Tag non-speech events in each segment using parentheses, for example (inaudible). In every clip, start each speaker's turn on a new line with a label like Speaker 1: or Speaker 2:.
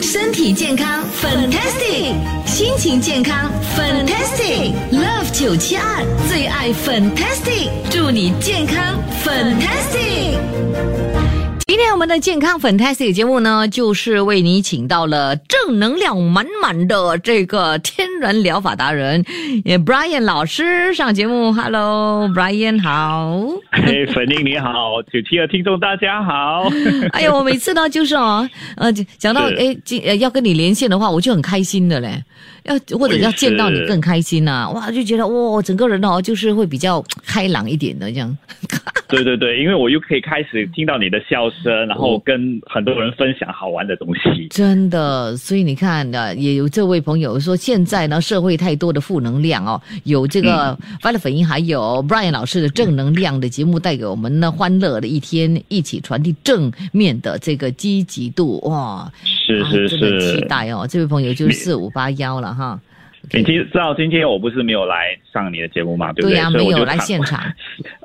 Speaker 1: 身体健康 fantastic，心情健康 fantastic，Love 九七二最爱 fantastic，祝你健康 fantastic。今天我们的健康 fantastic 节目呢，就是为你请到了正能量满满的这个天然疗法达人也 Brian 老师上节目。Hello，Brian 好。
Speaker 2: (laughs) 嘿，哎粉英你好，九七的听众大家
Speaker 1: (laughs)
Speaker 2: 好。
Speaker 1: 哎呀，我每次呢就是哦，呃，讲到
Speaker 2: 是
Speaker 1: 哎，今呃要跟你连线的话，我就很开心的嘞。要或者要见到你
Speaker 2: 我也是
Speaker 1: 更开心呐、哇，就觉得哇，整个人哦就是会比较开朗一点的这样。
Speaker 2: 对对对，因为我又可以开始听到你的笑声，然后跟很多人分享好玩的东西。
Speaker 1: 真的，所以你看的，呃也有这位朋友说，现在呢社会太多的负能量哦，有这个
Speaker 2: 嗯
Speaker 1: v i o l e 粉音，还有 Brian 老师的正能量的节目，带给我们呢欢乐的一天，一起传递正面的这个积极度哇！
Speaker 2: 是
Speaker 1: 啊
Speaker 2: 是
Speaker 1: 真的很
Speaker 2: 是
Speaker 1: 期，待哦。这位朋友就是四五八幺了哈，
Speaker 2: 你听知道今天我不是没有来上你的节目嘛，对不对？啊
Speaker 1: 呀、
Speaker 2: 所以
Speaker 1: 啊没
Speaker 2: 我
Speaker 1: 有
Speaker 2: 就
Speaker 1: 来
Speaker 2: 躺
Speaker 1: 现
Speaker 2: (laughs)
Speaker 1: 场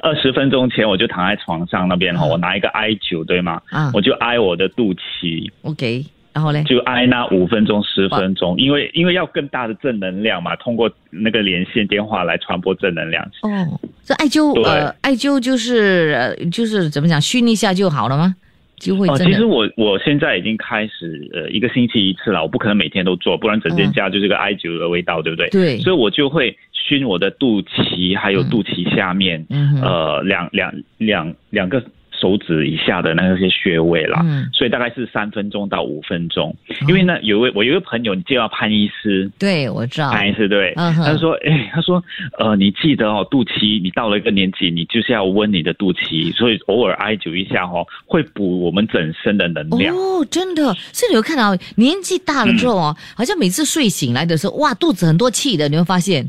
Speaker 2: 二十分钟前我就躺在床上那边哈，
Speaker 1: 嗯
Speaker 2: 我拿一个 I 九对吗？
Speaker 1: 啊
Speaker 2: 我就挨我的肚脐，
Speaker 1: ，OK，然后嘞，
Speaker 2: 就挨那五分钟十分钟，因为因为要更大的正能量嘛，通过那个连线电话来传播正能量。
Speaker 1: 哦，这艾灸
Speaker 2: 对
Speaker 1: 呃，艾灸就是呃就是怎么讲，熏一下就好了吗？就会
Speaker 2: 哦，
Speaker 1: 真
Speaker 2: 其实
Speaker 1: 的
Speaker 2: 我我现在已经开始呃一个星期一次了，我不可能每天都做，不然整间家就是个艾灸的味道，对不对？
Speaker 1: 嗯对，
Speaker 2: 所以我就会熏我的肚脐，还有
Speaker 1: 嗯
Speaker 2: 肚脐下面，
Speaker 1: 嗯哼
Speaker 2: 呃，两两两两个手指以下的那些穴位啦。
Speaker 1: 嗯，哦
Speaker 2: 所以大概是三分钟到五分钟，因为呢，有一位我有一个朋友，你介绍潘医师，
Speaker 1: 对我知道，
Speaker 2: 潘医师哎对，
Speaker 1: 嗯哼
Speaker 2: 他就说，哎，他说，呃，你记得哦，肚脐，你到了一个年纪，你就是要温你的肚脐，所以偶尔艾灸一下哦，会补我们整身的能量。
Speaker 1: 哦，真的，所以你有看到年纪大了之后哦，
Speaker 2: 嗯
Speaker 1: 好像每次睡醒来的时候，哇，肚子很多气的，你会发现，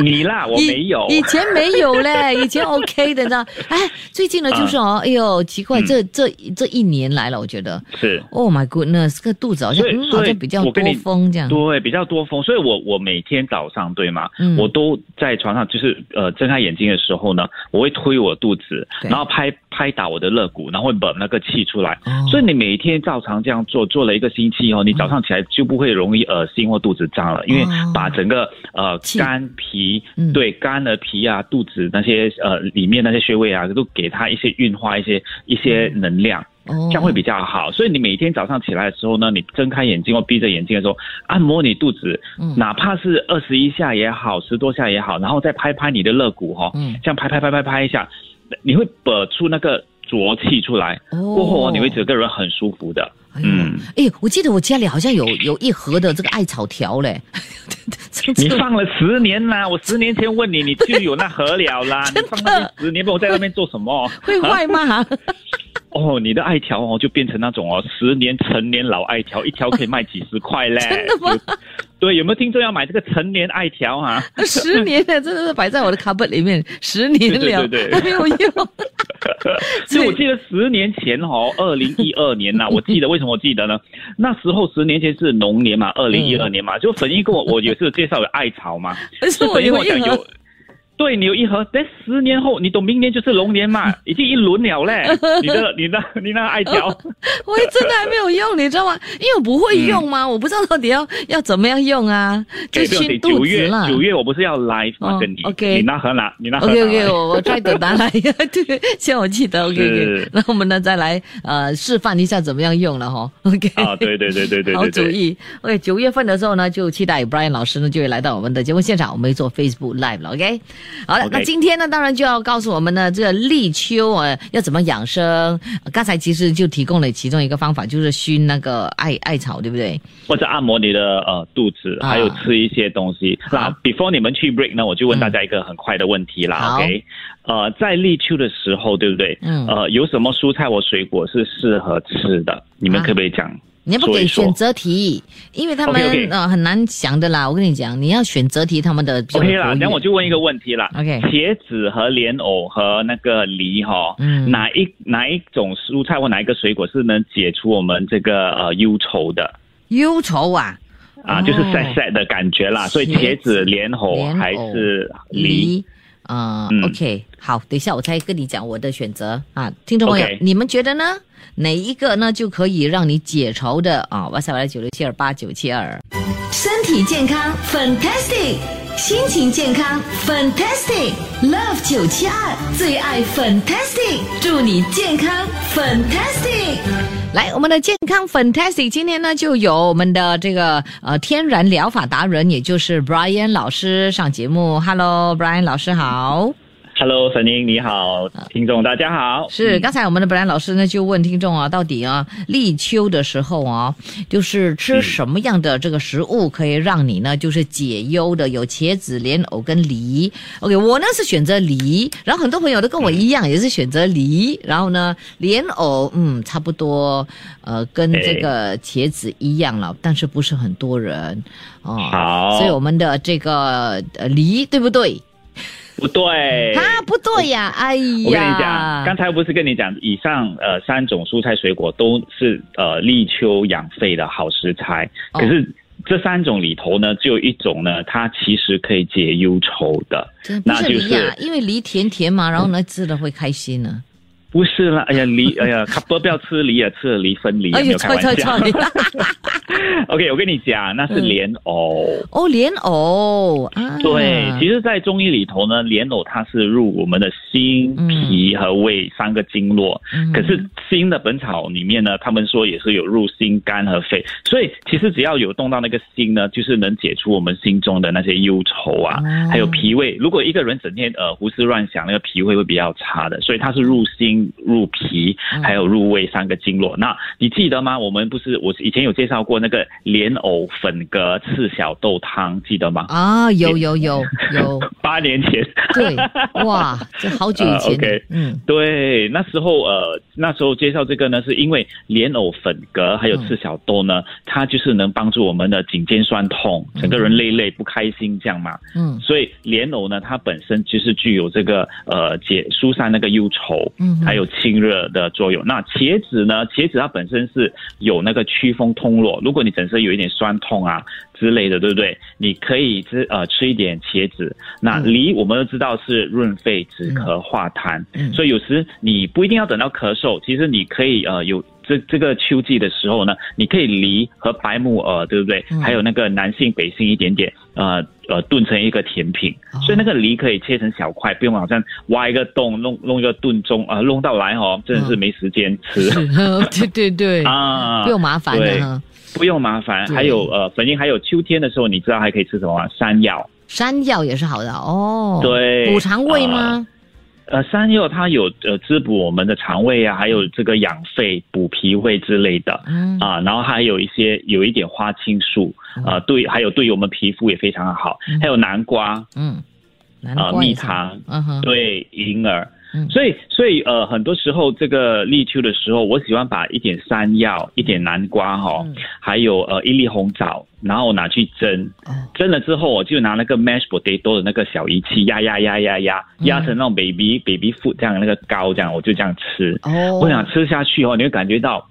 Speaker 2: 你啦，我
Speaker 1: 以
Speaker 2: 没有，
Speaker 1: 以前没有嘞，以前 OK 的，你知道？哎，最近呢就是
Speaker 2: 嗯
Speaker 1: 哦，哎呦，奇怪，这这这一年来了，我觉得
Speaker 2: 是。
Speaker 1: ，Oh my goodness，这个肚子好像
Speaker 2: 所以
Speaker 1: 嗯，
Speaker 2: 所以
Speaker 1: 好像比较
Speaker 2: 我跟
Speaker 1: 多
Speaker 2: 你
Speaker 1: 风这样，
Speaker 2: 对，比较多风，所以我我每天早上对吗？
Speaker 1: 嗯
Speaker 2: 我都在床上，就是呃睁开眼睛的时候呢，我会推我肚子，
Speaker 1: 对
Speaker 2: 然后拍拍打我的肋骨，然后会把那个气出来。
Speaker 1: 哦
Speaker 2: 所以你每天照常这样做，做了一个星期以后，你早上起来就不会容易恶心或肚子胀了，因为
Speaker 1: 哦
Speaker 2: 把整个呃
Speaker 1: 气
Speaker 2: 肝脾
Speaker 1: 嗯
Speaker 2: 对肝的脾啊、肚子那些呃里面那些穴位啊，都给它一些运化一些一些能量。
Speaker 1: 哦
Speaker 2: 这样会比较好。所以你每天早上起来的时候呢，你睁开眼睛或闭着眼睛的时候，按摩你肚子，
Speaker 1: 嗯
Speaker 2: 哪怕是二十一下也好，十多下也好，然后再拍拍你的肋骨哈、哦，
Speaker 1: 嗯
Speaker 2: 这样拍拍拍拍拍一下，你会拨出那个浊气出来，
Speaker 1: 哦
Speaker 2: 过后、哦、你会整个人很舒服的。嗯，
Speaker 1: 哎呦，哎，我记得我家里好像有有一盒的这个艾草条嘞， (laughs)
Speaker 2: 你放了十年啦，我十年前问你，你就有那何了啦，你放那边十年，不我在那边做什么？
Speaker 1: 会坏
Speaker 2: 啊
Speaker 1: 吗？
Speaker 2: 哦，你的艾条哦，就变成那种哦，十年成年老艾条，一条可以卖几十块嘞。
Speaker 1: (laughs) 真的吗
Speaker 2: 有？对，有没有听众要买这个成年艾条啊？
Speaker 1: (laughs) 十年了，真的是摆在我的 cupboard 里面，十年了，
Speaker 2: 对对对对
Speaker 1: 还没有用。
Speaker 2: (laughs) 所以我
Speaker 1: 所以
Speaker 2: 记得十年前哦，二零一二年呐、我记得为什么我记得呢？那时候十年前是龙年嘛，二零一二年嘛，就粉一跟我我也是有介绍有艾草嘛，
Speaker 1: 但是我
Speaker 2: 粉一跟
Speaker 1: 有
Speaker 2: 我
Speaker 1: 一
Speaker 2: 讲
Speaker 1: 盒
Speaker 2: 有。对你有一盒，但十年后你懂，明年就是龙
Speaker 1: (laughs)
Speaker 2: 年嘛，已经一轮了嘞。你的、你那、你那艾条，
Speaker 1: 我还真的还没有用，你知道吗？因为我不会用
Speaker 2: 嗯
Speaker 1: 嘛，我不知道到底要要怎么样用啊，就
Speaker 2: 对不用
Speaker 1: 熏
Speaker 2: 紧
Speaker 1: 肚
Speaker 2: 九
Speaker 1: 子
Speaker 2: 月
Speaker 1: 啦。
Speaker 2: 九月我不是要 live 吗？
Speaker 1: 哦
Speaker 2: 跟你
Speaker 1: OK
Speaker 2: 你那盒拿， (laughs) 你那盒拿
Speaker 1: OK
Speaker 2: 来。
Speaker 1: OK，我我 try 的拿来， (laughs) 对，现在我记得 OK OK
Speaker 2: 是。
Speaker 1: 那我们呢再来呃示范一下怎么样用了哈。OK
Speaker 2: 啊，对对对对对
Speaker 1: 好
Speaker 2: 对
Speaker 1: 主
Speaker 2: 对，
Speaker 1: 意。OK，九月份的时候呢，就期待 Brian 老师呢就会来到我们的节目现场，我们会做 Facebook Live 了。OK，好了
Speaker 2: OK
Speaker 1: 那今天呢，当然就要告诉我们呢，这个立秋啊要怎么养生。呃刚才其实就提供了其中一个方法，就是熏那个艾艾草，对不对？
Speaker 2: 或者按摩你的呃肚子，
Speaker 1: 啊
Speaker 2: 还有吃一些东西。那 before 你们去 break 呢，我就问大家一个很快的问题啦
Speaker 1: 嗯好
Speaker 2: ，OK？呃，在立秋的时候，对不对？
Speaker 1: 嗯
Speaker 2: 呃，有什么蔬菜或水果是适合吃的？你们
Speaker 1: 啊
Speaker 2: 可不可以讲？
Speaker 1: 你要不
Speaker 2: 说
Speaker 1: 给
Speaker 2: 一说
Speaker 1: 选择题，因为他们
Speaker 2: OK，OK
Speaker 1: 呃很难想的啦。我跟你讲，你要选择题，他们的比较
Speaker 2: OK 啦，
Speaker 1: 容易
Speaker 2: 然后我就问一个问题啦。
Speaker 1: OK
Speaker 2: 茄子和莲藕和那个梨哈，
Speaker 1: 嗯
Speaker 2: 哪一哪一种蔬菜或哪一个水果是能解除我们这个呃忧愁的
Speaker 1: 忧愁啊，
Speaker 2: 啊？
Speaker 1: 哦
Speaker 2: 就是 sad sad 的感觉啦。所以
Speaker 1: 茄
Speaker 2: 茄
Speaker 1: 子
Speaker 2: 子、莲藕
Speaker 1: 莲藕
Speaker 2: 还是梨。
Speaker 1: 梨。呃、
Speaker 2: 嗯
Speaker 1: o k 好，等一下我再跟你讲我的选择啊，听众朋友
Speaker 2: OK
Speaker 1: 你们觉得呢？哪一个呢就可以让你解愁的啊？哇塞，来九六七二八九七二。
Speaker 3: 身体健康 fantastic，心情健康 fantastic。Love 972最爱 fantastic，祝你健康 fantastic。
Speaker 1: 来，我们的健康 Fantastic 今天呢就有我们的这个呃天然疗法达人，也就是 Brian 老师上节目。Hello，Brian 老师好。
Speaker 2: Hello，沈宁你好，听众大家好。
Speaker 1: 是，
Speaker 2: 嗯
Speaker 1: 刚才我们的 Brian 老师呢就问听众啊，到底啊立秋的时候啊，就是吃什么样的这个食物可以让你呢就是解忧的？有茄子、莲藕跟梨。OK，我呢是选择梨，然后很多朋友都跟我一样，也是选择梨。然后呢，莲藕嗯差不多，呃跟这个茄子一样了，但是不是很多人哦。
Speaker 2: 好
Speaker 1: 所以我们的这个呃梨对不对？
Speaker 2: 不对。
Speaker 1: 啊，不对呀，哎呀，
Speaker 2: 我跟你讲，刚才不是跟你讲，以上呃三种蔬菜水果都是呃立秋养肺的好食材，
Speaker 1: 哦
Speaker 2: 可是这三种里头呢，只有一种呢，它其实可以解忧愁的。
Speaker 1: 真不
Speaker 2: 那
Speaker 1: 是
Speaker 2: 就
Speaker 1: 梨呀、
Speaker 2: 是嗯
Speaker 1: 因为梨甜甜嘛，然后呢吃了会开心呢、
Speaker 2: 不是啦，哎呀梨， (laughs) 哎呀，不不要吃梨啊，吃了梨分离，
Speaker 1: 哎
Speaker 2: 没
Speaker 1: 呦，
Speaker 2: 有开
Speaker 1: 错错
Speaker 2: 玩笑
Speaker 1: 错。！
Speaker 2: (laughs) OK，我跟你讲，那是
Speaker 1: 嗯
Speaker 2: 莲藕。
Speaker 1: 哦，莲藕啊，
Speaker 2: 对，其实，在中医里头呢，莲藕它是入我们的心
Speaker 1: 嗯、
Speaker 2: 脾和胃三个经络。
Speaker 1: 嗯
Speaker 2: 可是新的《本草》里面呢，他们说也是有入心、肝和肺，所以其实只要有动到那个心呢，就是能解除我们心中的那些忧愁啊，
Speaker 1: 哦
Speaker 2: 还有脾胃。如果一个人整天呃胡思乱想，那个脾胃会比较差的，所以它是入心、入脾
Speaker 1: 嗯，
Speaker 2: 还有入胃三个经络。那你记得吗？我们不是我以前有介绍过那个莲藕粉蛤赤小豆汤，记得吗？
Speaker 1: 啊，有有
Speaker 2: (laughs)
Speaker 1: 有有，
Speaker 2: 八年前。
Speaker 1: 对，哇，这好久以前了、
Speaker 2: 呃，OK
Speaker 1: 嗯，
Speaker 2: 对，那时候呃，那时候介绍这个呢，是因为莲藕粉蛤还有赤小豆呢，它就是能帮助我们的颈肩酸痛，整个人累累不开心这样嘛。
Speaker 1: 嗯
Speaker 2: 所以莲藕呢，它本身就是具有这个呃解疏散那个忧愁，
Speaker 1: 嗯哼
Speaker 2: 还有清热的作用。那茄子呢，茄子它本身是有那个祛风通络，如果你整身有一点酸痛啊之类的，对不对？你可以吃呃吃一点茄子。那
Speaker 1: 嗯
Speaker 2: 梨我们都知道是润肺止咳化痰，
Speaker 1: 嗯
Speaker 2: 所以有时你不一定要等到咳嗽，其实你可以呃有。这这个秋季的时候呢，你可以梨和白木耳，对不对？
Speaker 1: 嗯
Speaker 2: 还有那个南杏、北杏一点点，呃呃，炖成一个甜品。
Speaker 1: 哦
Speaker 2: 所以那个梨可以切成小块，不用好像挖一个洞，弄弄一个炖盅啊、呃弄到来哦，真的是
Speaker 1: 嗯
Speaker 2: 没时间吃、
Speaker 1: (laughs) 对对嗯对，
Speaker 2: 啊，
Speaker 1: 不用麻烦的
Speaker 2: 对
Speaker 1: 哈。
Speaker 2: 不用麻烦。
Speaker 1: 对
Speaker 2: 还有呃，反正还有秋天的时候，你知道还可以吃什么吗？山药。
Speaker 1: 山药也是好的哦，
Speaker 2: 对
Speaker 1: 补肠胃吗？
Speaker 2: 呃，山药它有呃滋补我们的肠胃啊，还有这个养肺、补脾胃之类的。
Speaker 1: 嗯
Speaker 2: 啊，然后还有一些有一点花青素，啊，对，还有对于我们皮肤也非常好
Speaker 1: 嗯，
Speaker 2: 还有南瓜，
Speaker 1: 嗯，南
Speaker 2: 啊
Speaker 1: 瓜
Speaker 2: 蜜
Speaker 1: 也是好
Speaker 2: 糖
Speaker 1: 嗯哼，
Speaker 2: 对银耳
Speaker 1: 嗯，
Speaker 2: 所以所以呃，很多时候这个立秋的时候，我喜欢把一点山药、一点南瓜哈、
Speaker 1: 嗯
Speaker 2: 还有呃一粒红枣，然后拿去蒸，
Speaker 1: 哦，
Speaker 2: 蒸了之后我就拿那个 mashed potato 的那个小仪器压压压压压，
Speaker 1: 嗯
Speaker 2: 压成那种 baby baby food 这样的那个糕这样，我就这样吃。
Speaker 1: 哦，
Speaker 2: 我想吃下去哦，你会感觉到。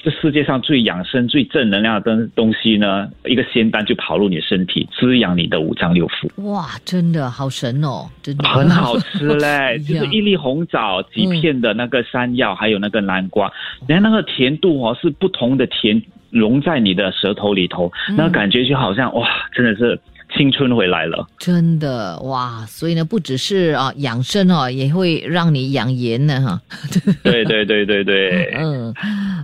Speaker 2: 这世界上最养生、最正能量的东东西呢，一个仙丹就跑入你的身体，滋养你的五脏六腑。
Speaker 1: 哇，真的好神哦，真的
Speaker 2: 很好
Speaker 1: (laughs)
Speaker 2: 吃嘞，
Speaker 1: 一
Speaker 2: 就
Speaker 1: 样
Speaker 2: 是一粒红枣、几片的那个山药，还有那个南瓜，然后那个甜度哦是不同的甜融在你的舌头里头，
Speaker 1: 嗯
Speaker 2: 那感觉就好像哇，真的是青春回
Speaker 1: (laughs)
Speaker 2: 来了。
Speaker 1: 真的哇，所以呢，不只是啊养生哦，也会让你养颜呢哈。
Speaker 2: 对对对对对。
Speaker 1: 嗯，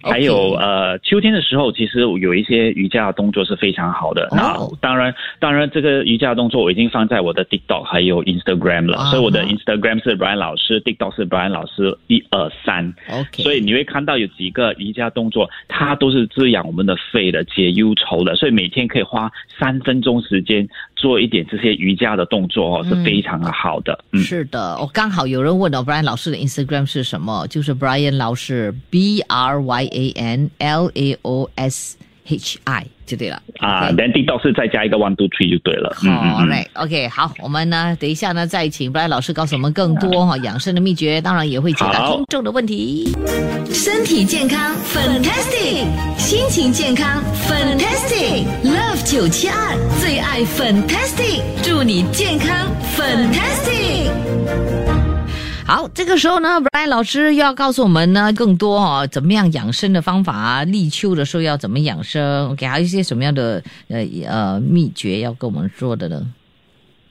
Speaker 2: 还有
Speaker 1: (laughs) OK
Speaker 2: 呃，秋天的时候，其实有一些瑜伽的动作是非常好的。
Speaker 1: 哦
Speaker 2: 那当然，当然这个瑜伽的动作我已经放在我的 TikTok 还有 Instagram 了，
Speaker 1: 啊哈
Speaker 2: 所以我的 Instagram 是 Brian 老师，TikTok 是 Brian 老师一二三。
Speaker 1: OK，
Speaker 2: 呃所以你会看到有几个瑜伽动作，它都是滋养我们的肺的、解忧愁的，所以每天可以花三分钟时间做一点这些瑜伽的动作
Speaker 1: 嗯
Speaker 2: 哦，是非常的好的。嗯，
Speaker 1: 是的，我、刚好有人问哦，Brian 老师的 Instagram 是什么？就是 Brian 老师 B R Y A N L A O S H I 就对了
Speaker 2: 啊，
Speaker 1: OK
Speaker 2: 连 d 道是再加一个 one two three 就对了。嗯嗯
Speaker 1: Correct. OK，好，我们呢，等一下呢，再请布莱老师告诉我们更多哈、养生的秘诀，当然也会解答
Speaker 2: 嗯好
Speaker 1: 听众的问题。
Speaker 3: 身体健康 fantastic，心情健康 fantastic。Love 九七二最爱 fantastic，祝你健康 fantastic。
Speaker 1: 好，这个时候呢，布莱老师又要告诉我们呢更多哦，怎么样养生的方法啊，立秋的时候要怎么养生？OK，还有一些什么样的呃呃秘诀要跟我们说的呢？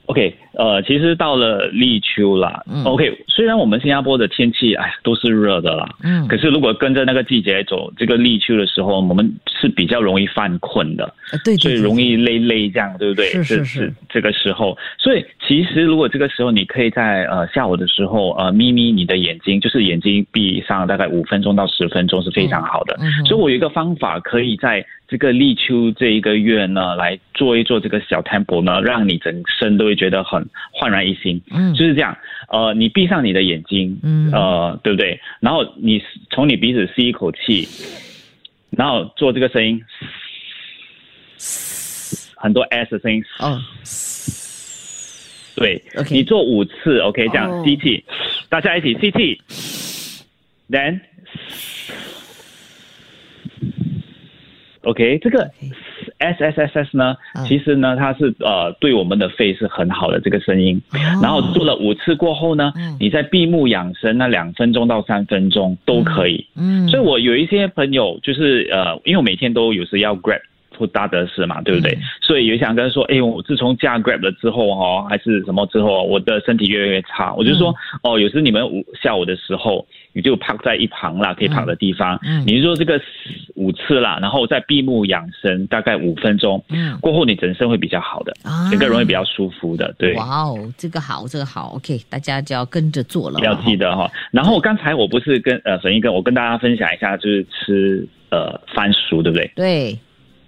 Speaker 2: OK，呃，其实到了立秋啦、
Speaker 1: 嗯
Speaker 2: o k 虽然我们新加坡的天气哎都是热的啦，
Speaker 1: 嗯
Speaker 2: 可是如果跟着那个季节走，这个立秋的时候，我们是比较容易犯困的，
Speaker 1: 呃对
Speaker 2: 所
Speaker 1: 对对，
Speaker 2: 以容易累累这样，对不对？
Speaker 1: 是是
Speaker 2: 这
Speaker 1: 是
Speaker 2: 这个时候，所以其实如果这个时候你可以在呃下午的时候呃眯眯你的眼睛，就是眼睛闭上大概五分钟到十分钟是非常好的。
Speaker 1: 嗯哼
Speaker 2: 所以我有一个方法，可以在这个立秋这一个月呢，来做一做这个小 temple 呢，让你整身都会觉得很焕然一新。
Speaker 1: 嗯
Speaker 2: 就是这样，呃，你闭上你的眼睛，
Speaker 1: 嗯
Speaker 2: 呃，对不对？然后你从你鼻子吸一口气，然后做这个声音，很多 s 的声音，
Speaker 1: 哦
Speaker 2: 对
Speaker 1: OK
Speaker 2: 你做五次，OK，这样、
Speaker 1: 哦
Speaker 2: 吸气，大家一起吸气，then。OK，这个
Speaker 1: OK
Speaker 2: S S S S 呢
Speaker 1: 嗯，
Speaker 2: 其实呢，它是呃对我们的肺是很好的这个声音。然后
Speaker 1: 哦
Speaker 2: 做了五次过后呢
Speaker 1: 嗯，
Speaker 2: 你在闭目养神那两分钟到三分钟都可以。
Speaker 1: 嗯，
Speaker 2: 所以我有一些朋友就是呃，因为我每天都有时要 Grab 或搭德士嘛，对不对？
Speaker 1: 嗯
Speaker 2: 所以有想跟他说，哎，我自从加 Grab 了之后哦，还是什么之后，我的身体越来越差。我就说、
Speaker 1: 嗯
Speaker 2: 哦，有时你们午下午的时候，你就趴在一旁啦，可以趴的地方，
Speaker 1: 嗯
Speaker 2: 你就做这个五次啦，然后再闭目养神大概五分钟，
Speaker 1: 嗯
Speaker 2: 过后你整身会比较好的，
Speaker 1: 啊
Speaker 2: 整个人会比较舒服的，对。
Speaker 1: 哇哦，这个好，这个好，OK，大家就要跟着做了，
Speaker 2: 要记
Speaker 1: 得，
Speaker 2: 得哈。然后刚才我不是跟呃沈一跟我跟大家分享一下，就是吃呃番薯，对不对？
Speaker 1: 对，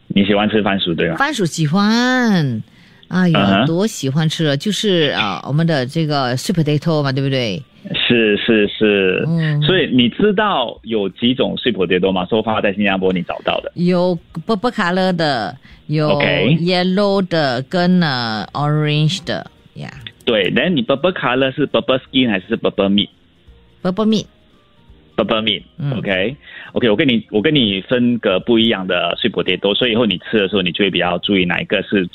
Speaker 2: 你喜欢吃番薯对吗？
Speaker 1: 番薯喜欢，哎
Speaker 2: 嗯
Speaker 1: 呀，
Speaker 2: 哼
Speaker 1: 多喜欢吃了，就是啊、我们的这个 sweet potato 嘛，对不对？
Speaker 2: 是是是。
Speaker 1: 嗯
Speaker 2: 所以你知道有几种碎婆蝶多吗？说法在新加坡你找到的。
Speaker 1: 有 b 波卡勒的，有
Speaker 2: OK
Speaker 1: yellow 的，跟呃 orange 的呀
Speaker 2: 对，然后你 purple color 是 purple skin 还是 purple meat？purple
Speaker 1: b u r b l e meat，
Speaker 2: meat，OK，OK，、
Speaker 1: 嗯
Speaker 2: OK，我跟你我跟你分隔不一样的碎婆蝶多，所以以后你吃的时候，你就会比较注意哪一个是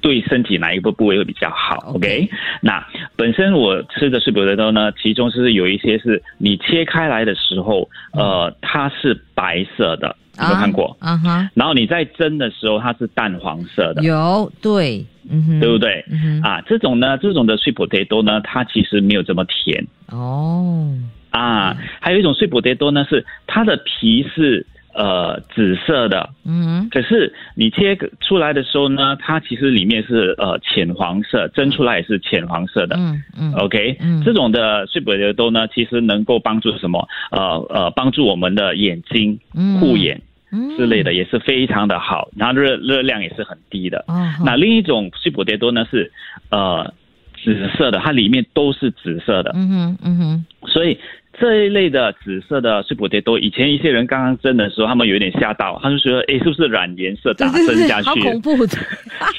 Speaker 2: 对身体哪一个部位会比较好。
Speaker 1: OK
Speaker 2: OK，那本身我吃的碎薄的豆呢，其中是有一些是你切开来的时候，呃，它是白色的，你有没有看过？
Speaker 1: 嗯啊啊哈，
Speaker 2: 然后你在蒸的时候，它是淡黄色的，
Speaker 1: 有对，嗯哼，
Speaker 2: 对不？对？
Speaker 1: 嗯哼，
Speaker 2: 啊，这种呢，这种的 sweet potato 呢，它其实没有这么甜
Speaker 1: 哦，
Speaker 2: 啊。还有一种 sweet potato 呢，是它的皮是呃紫色的，
Speaker 1: 嗯
Speaker 2: 可是你切出来的时候呢，它其实里面是呃浅黄色，蒸出来也是浅黄色的。呃
Speaker 1: 嗯嗯
Speaker 2: OK，、
Speaker 1: 嗯
Speaker 2: 这种的 sweet potato 呢，其实能够帮助什么？呃呃，帮助我们的眼睛
Speaker 1: 嗯
Speaker 2: 护眼
Speaker 1: 嗯
Speaker 2: 之类的，也是非常的好，然后热热量也是很低的。
Speaker 1: 哦，好
Speaker 2: 那另一种西普蝶多呢是，呃，紫色的，它里面都是紫色的，
Speaker 1: 嗯哼嗯哼，
Speaker 2: 所以这一类的紫色的西普蝶多，以前一些人刚刚蒸的时候，他们有点吓到，他就觉得，诶，是不是染颜色打
Speaker 1: 对
Speaker 2: 针
Speaker 1: 对
Speaker 2: 下
Speaker 1: 对，好
Speaker 2: 去？
Speaker 1: 恐怖的，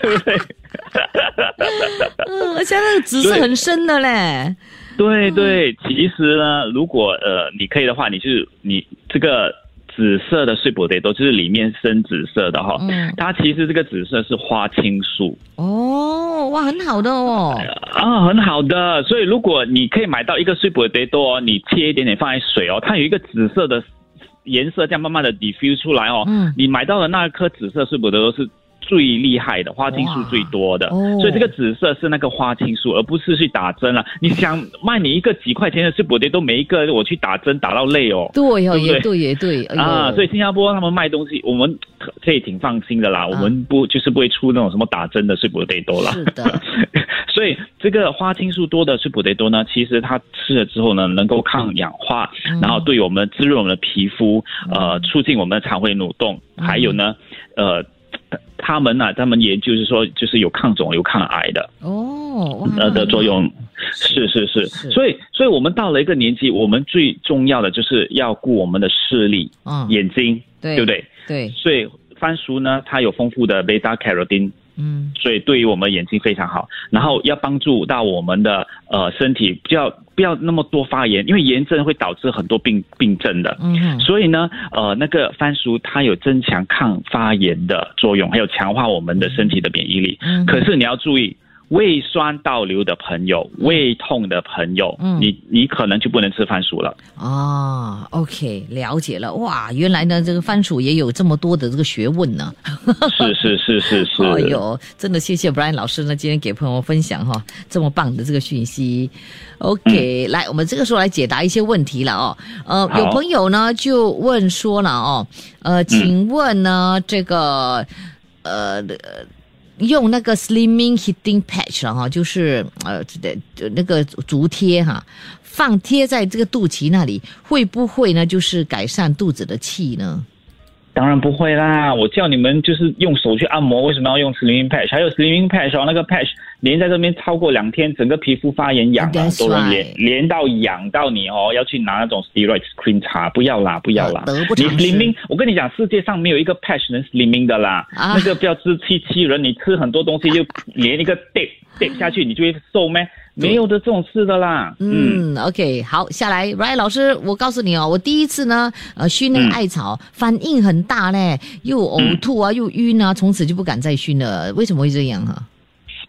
Speaker 2: 对不对？
Speaker 1: (laughs) 嗯，而且那个紫色
Speaker 2: 对
Speaker 1: 很深的嘞，
Speaker 2: 对对，其实呢，如果呃你可以的话，你就是你这个紫色的碎补蝶多，就是里面深紫色的哈、
Speaker 1: 嗯
Speaker 2: 它其实这个紫色是花青素。
Speaker 1: 哦，哇，很好的哦，
Speaker 2: 啊、很好的。所以如果你可以买到一个碎薄得多，你切一点点放在水哦，它有一个紫色的颜色，这样慢慢的 diffuse 出来哦。
Speaker 1: 嗯
Speaker 2: 你买到的那颗紫色碎薄得多是最厉害的，花青素最多的。
Speaker 1: 哇哦
Speaker 2: 所以这个紫色是那个花青素，而不是去打针了。你想卖你一个几块钱的碎薄得多，每一个我去打针打到累哦。
Speaker 1: 对哦，
Speaker 2: 对不对
Speaker 1: 也对也对，哎呦
Speaker 2: 啊，所以新加坡他们卖东西，我们可可以挺放心的
Speaker 1: 啊
Speaker 2: 啦，我们不就是不会出那种什么打针的碎薄得多啦。
Speaker 1: 是的，
Speaker 2: 所以这个花青素多的是补得多呢，其实它吃了之后呢，能够抗氧化，
Speaker 1: 嗯
Speaker 2: 然后对我们滋润我们的皮肤，呃，促进我们的肠胃蠕动，
Speaker 1: 嗯
Speaker 2: 还有呢，呃。他们呢、啊他们研究是说，就是有抗肿、有抗癌的
Speaker 1: 哦，哇，
Speaker 2: 呃的作用，
Speaker 1: 是
Speaker 2: 是是是，
Speaker 1: 是
Speaker 2: 所以所以我们到了一个年纪，我们最重要的就是要顾我们的视力、
Speaker 1: 嗯，
Speaker 2: 眼睛，
Speaker 1: 对
Speaker 2: 对不对？
Speaker 1: 对，
Speaker 2: 所以番薯呢，它有丰富的 beta carotene。
Speaker 1: 嗯
Speaker 2: 所以对于我们眼睛非常好。然后要帮助到我们的呃身体，不要不要那么多发炎，因为炎症会导致很多病病症的。
Speaker 1: 嗯
Speaker 2: 所以呢，呃，那个番薯它有增强抗发炎的作用，还有强化我们的身体的免疫力。
Speaker 1: 嗯，
Speaker 2: 可是你要注意，胃酸倒流的朋友、胃痛的朋友，
Speaker 1: 嗯
Speaker 2: 你你可能就不能吃番薯
Speaker 1: (laughs)
Speaker 2: 了。
Speaker 1: 哦，OK，了解了。哇，原来呢，这个番薯也有这么多的这个学问呢。
Speaker 2: 是是是是是。
Speaker 1: 哦哟，真的谢谢 Brian 老师呢，今天给朋友分享哈、这么棒的这个讯息。OK，、来，我们这个时候来解答一些问题了哦。呃，
Speaker 2: 嗯好嗯
Speaker 1: 有朋友呢就问说了哦，呃，请问呢、这个呃。用那个 slimming heating patch 了哈，就是呃的那个足贴哈，放贴在这个肚脐那里，会不会呢？就是改善肚子的气呢？
Speaker 2: 当然不会啦！我叫你们就是用手去按摩，为什么要用 slimming patch？还有 slimming patch 哦，那个 patch 连在这边超过两天，整个皮肤发炎痒啊
Speaker 1: That's，
Speaker 2: 都能连
Speaker 1: right
Speaker 2: 连到痒到你哦，要去拿那种 steroid cream 擦，不要啦，不要啦！
Speaker 1: 得不
Speaker 2: 你
Speaker 1: 偿失
Speaker 2: slimming，我跟你讲，世界上没有一个 patch 能 slimming 的啦，
Speaker 1: 啊
Speaker 2: 那个不要自欺欺人，你吃很多东西就连一个 dip dip 下去，你就会瘦咩？没有的这种事的啦，嗯
Speaker 1: 嗯 o k 好，下来，Ryan 老师，我告诉你哦，我第一次呢，呃，熏那个
Speaker 2: 嗯
Speaker 1: 艾草，反应很大嘞，又呕吐啊，又晕啊，从此就不敢再熏了。为什么会这样啊？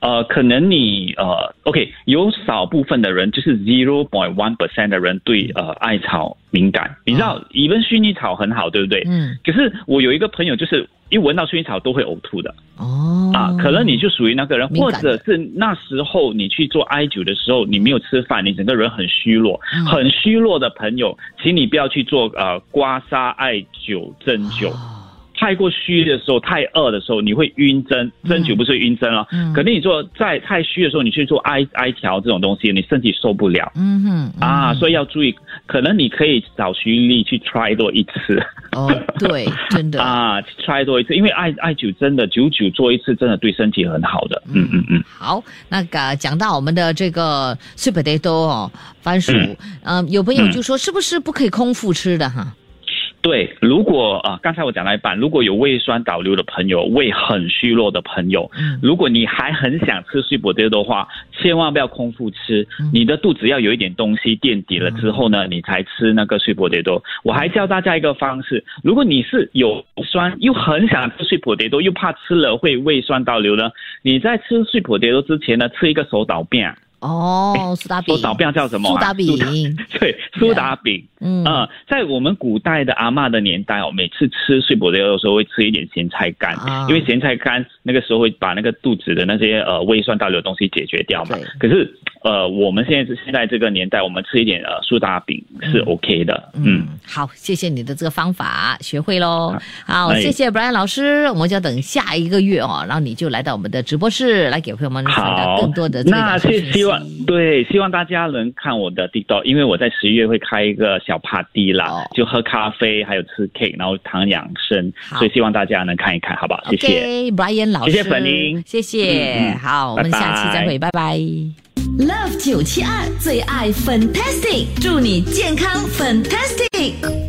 Speaker 2: 呃，可能你呃，OK，有少部分的人就是 zero point one percent 的人对呃艾草敏感。你知道，一闻薰衣草很好，对不对？
Speaker 1: 嗯，
Speaker 2: 可是我有一个朋友，就是一闻到薰衣草都会呕吐的
Speaker 1: 哦，
Speaker 2: 啊，可能你就属于那个人，
Speaker 1: 敏
Speaker 2: 或
Speaker 1: 感
Speaker 2: 者是那时候你去做艾灸的时候，你没有吃饭，你整个人很虚弱，
Speaker 1: 嗯
Speaker 2: 很虚弱的朋友，请你不要去做呃刮痧、艾灸、针灸。
Speaker 1: 哦
Speaker 2: 太过虚的时候，太饿的时候，你会晕针，针灸不是晕针哦。
Speaker 1: 嗯
Speaker 2: 肯定你做在太虚的时候，你去做艾艾条这种东西，你身体受不了。
Speaker 1: 嗯哼，嗯
Speaker 2: 啊，所以要注意，可能你可以找徐丽去 try 多一次
Speaker 1: 哦，对，真的，
Speaker 2: 啊，try 多一次，因为艾艾灸真的久久做一次，真的对身体很好的。嗯嗯嗯，
Speaker 1: 好，那个讲到我们的这个 sweet potato 哦，番薯，嗯
Speaker 2: 嗯、
Speaker 1: 有朋友就说是不是不可以空腹吃的哈？
Speaker 2: 对，如果啊、刚才我讲到一半，如果有胃酸倒流的朋友，胃很虚弱的朋友，
Speaker 1: 嗯
Speaker 2: 如果你还很想吃碎果爹的话，千万不要空腹吃
Speaker 1: 嗯，
Speaker 2: 你的肚子要有一点东西垫底了之后呢，你才吃那个碎果爹多。我还教大家一个方式，如果你是有酸又很想吃碎果爹多，又怕吃了会胃酸倒流呢，你在吃碎果爹多之前呢，吃一个手导饼，
Speaker 1: 哦，苏打饼，
Speaker 2: 手导饼叫什么、啊？
Speaker 1: 苏打饼，
Speaker 2: 对，苏打饼。
Speaker 1: 嗯
Speaker 2: 嗯、在我们古代的阿嬷的年代哦，每次吃碎薄的肉的时候会吃一点咸菜干，
Speaker 1: 啊
Speaker 2: 因为咸菜干那个时候会把那个肚子的那些呃胃酸倒流的东西解决掉嘛。可是呃，我们现在现在这个年代，我们吃一点呃苏打饼是
Speaker 1: 嗯
Speaker 2: OK 的，嗯
Speaker 1: 嗯，好，谢谢你的这个方法，学会喽。好，
Speaker 2: 哎
Speaker 1: 谢谢 Brian 老师，我们就要等下一个月哦，然后你就来到我们的直播室来给朋友们分享
Speaker 2: 好，
Speaker 1: 更多的这个
Speaker 2: 那
Speaker 1: 养生
Speaker 2: 是
Speaker 1: 信息
Speaker 2: 希望对，希望大家能看我的 TikTok，因为我在十一月会开一个小 party 啦，
Speaker 1: 哦
Speaker 2: 就喝咖啡，还有吃 cake，然后谈养生，
Speaker 1: 好
Speaker 2: 所以希望大家能看一看，好不好？谢谢。
Speaker 1: OK，Brian 老师，
Speaker 2: 谢谢粉玲
Speaker 1: 谢谢。
Speaker 2: 嗯嗯
Speaker 1: 好，我们
Speaker 2: 拜拜
Speaker 1: 下期再会，拜拜。
Speaker 3: Love 九七二最爱 Fantastic，祝你健康 Fantastic。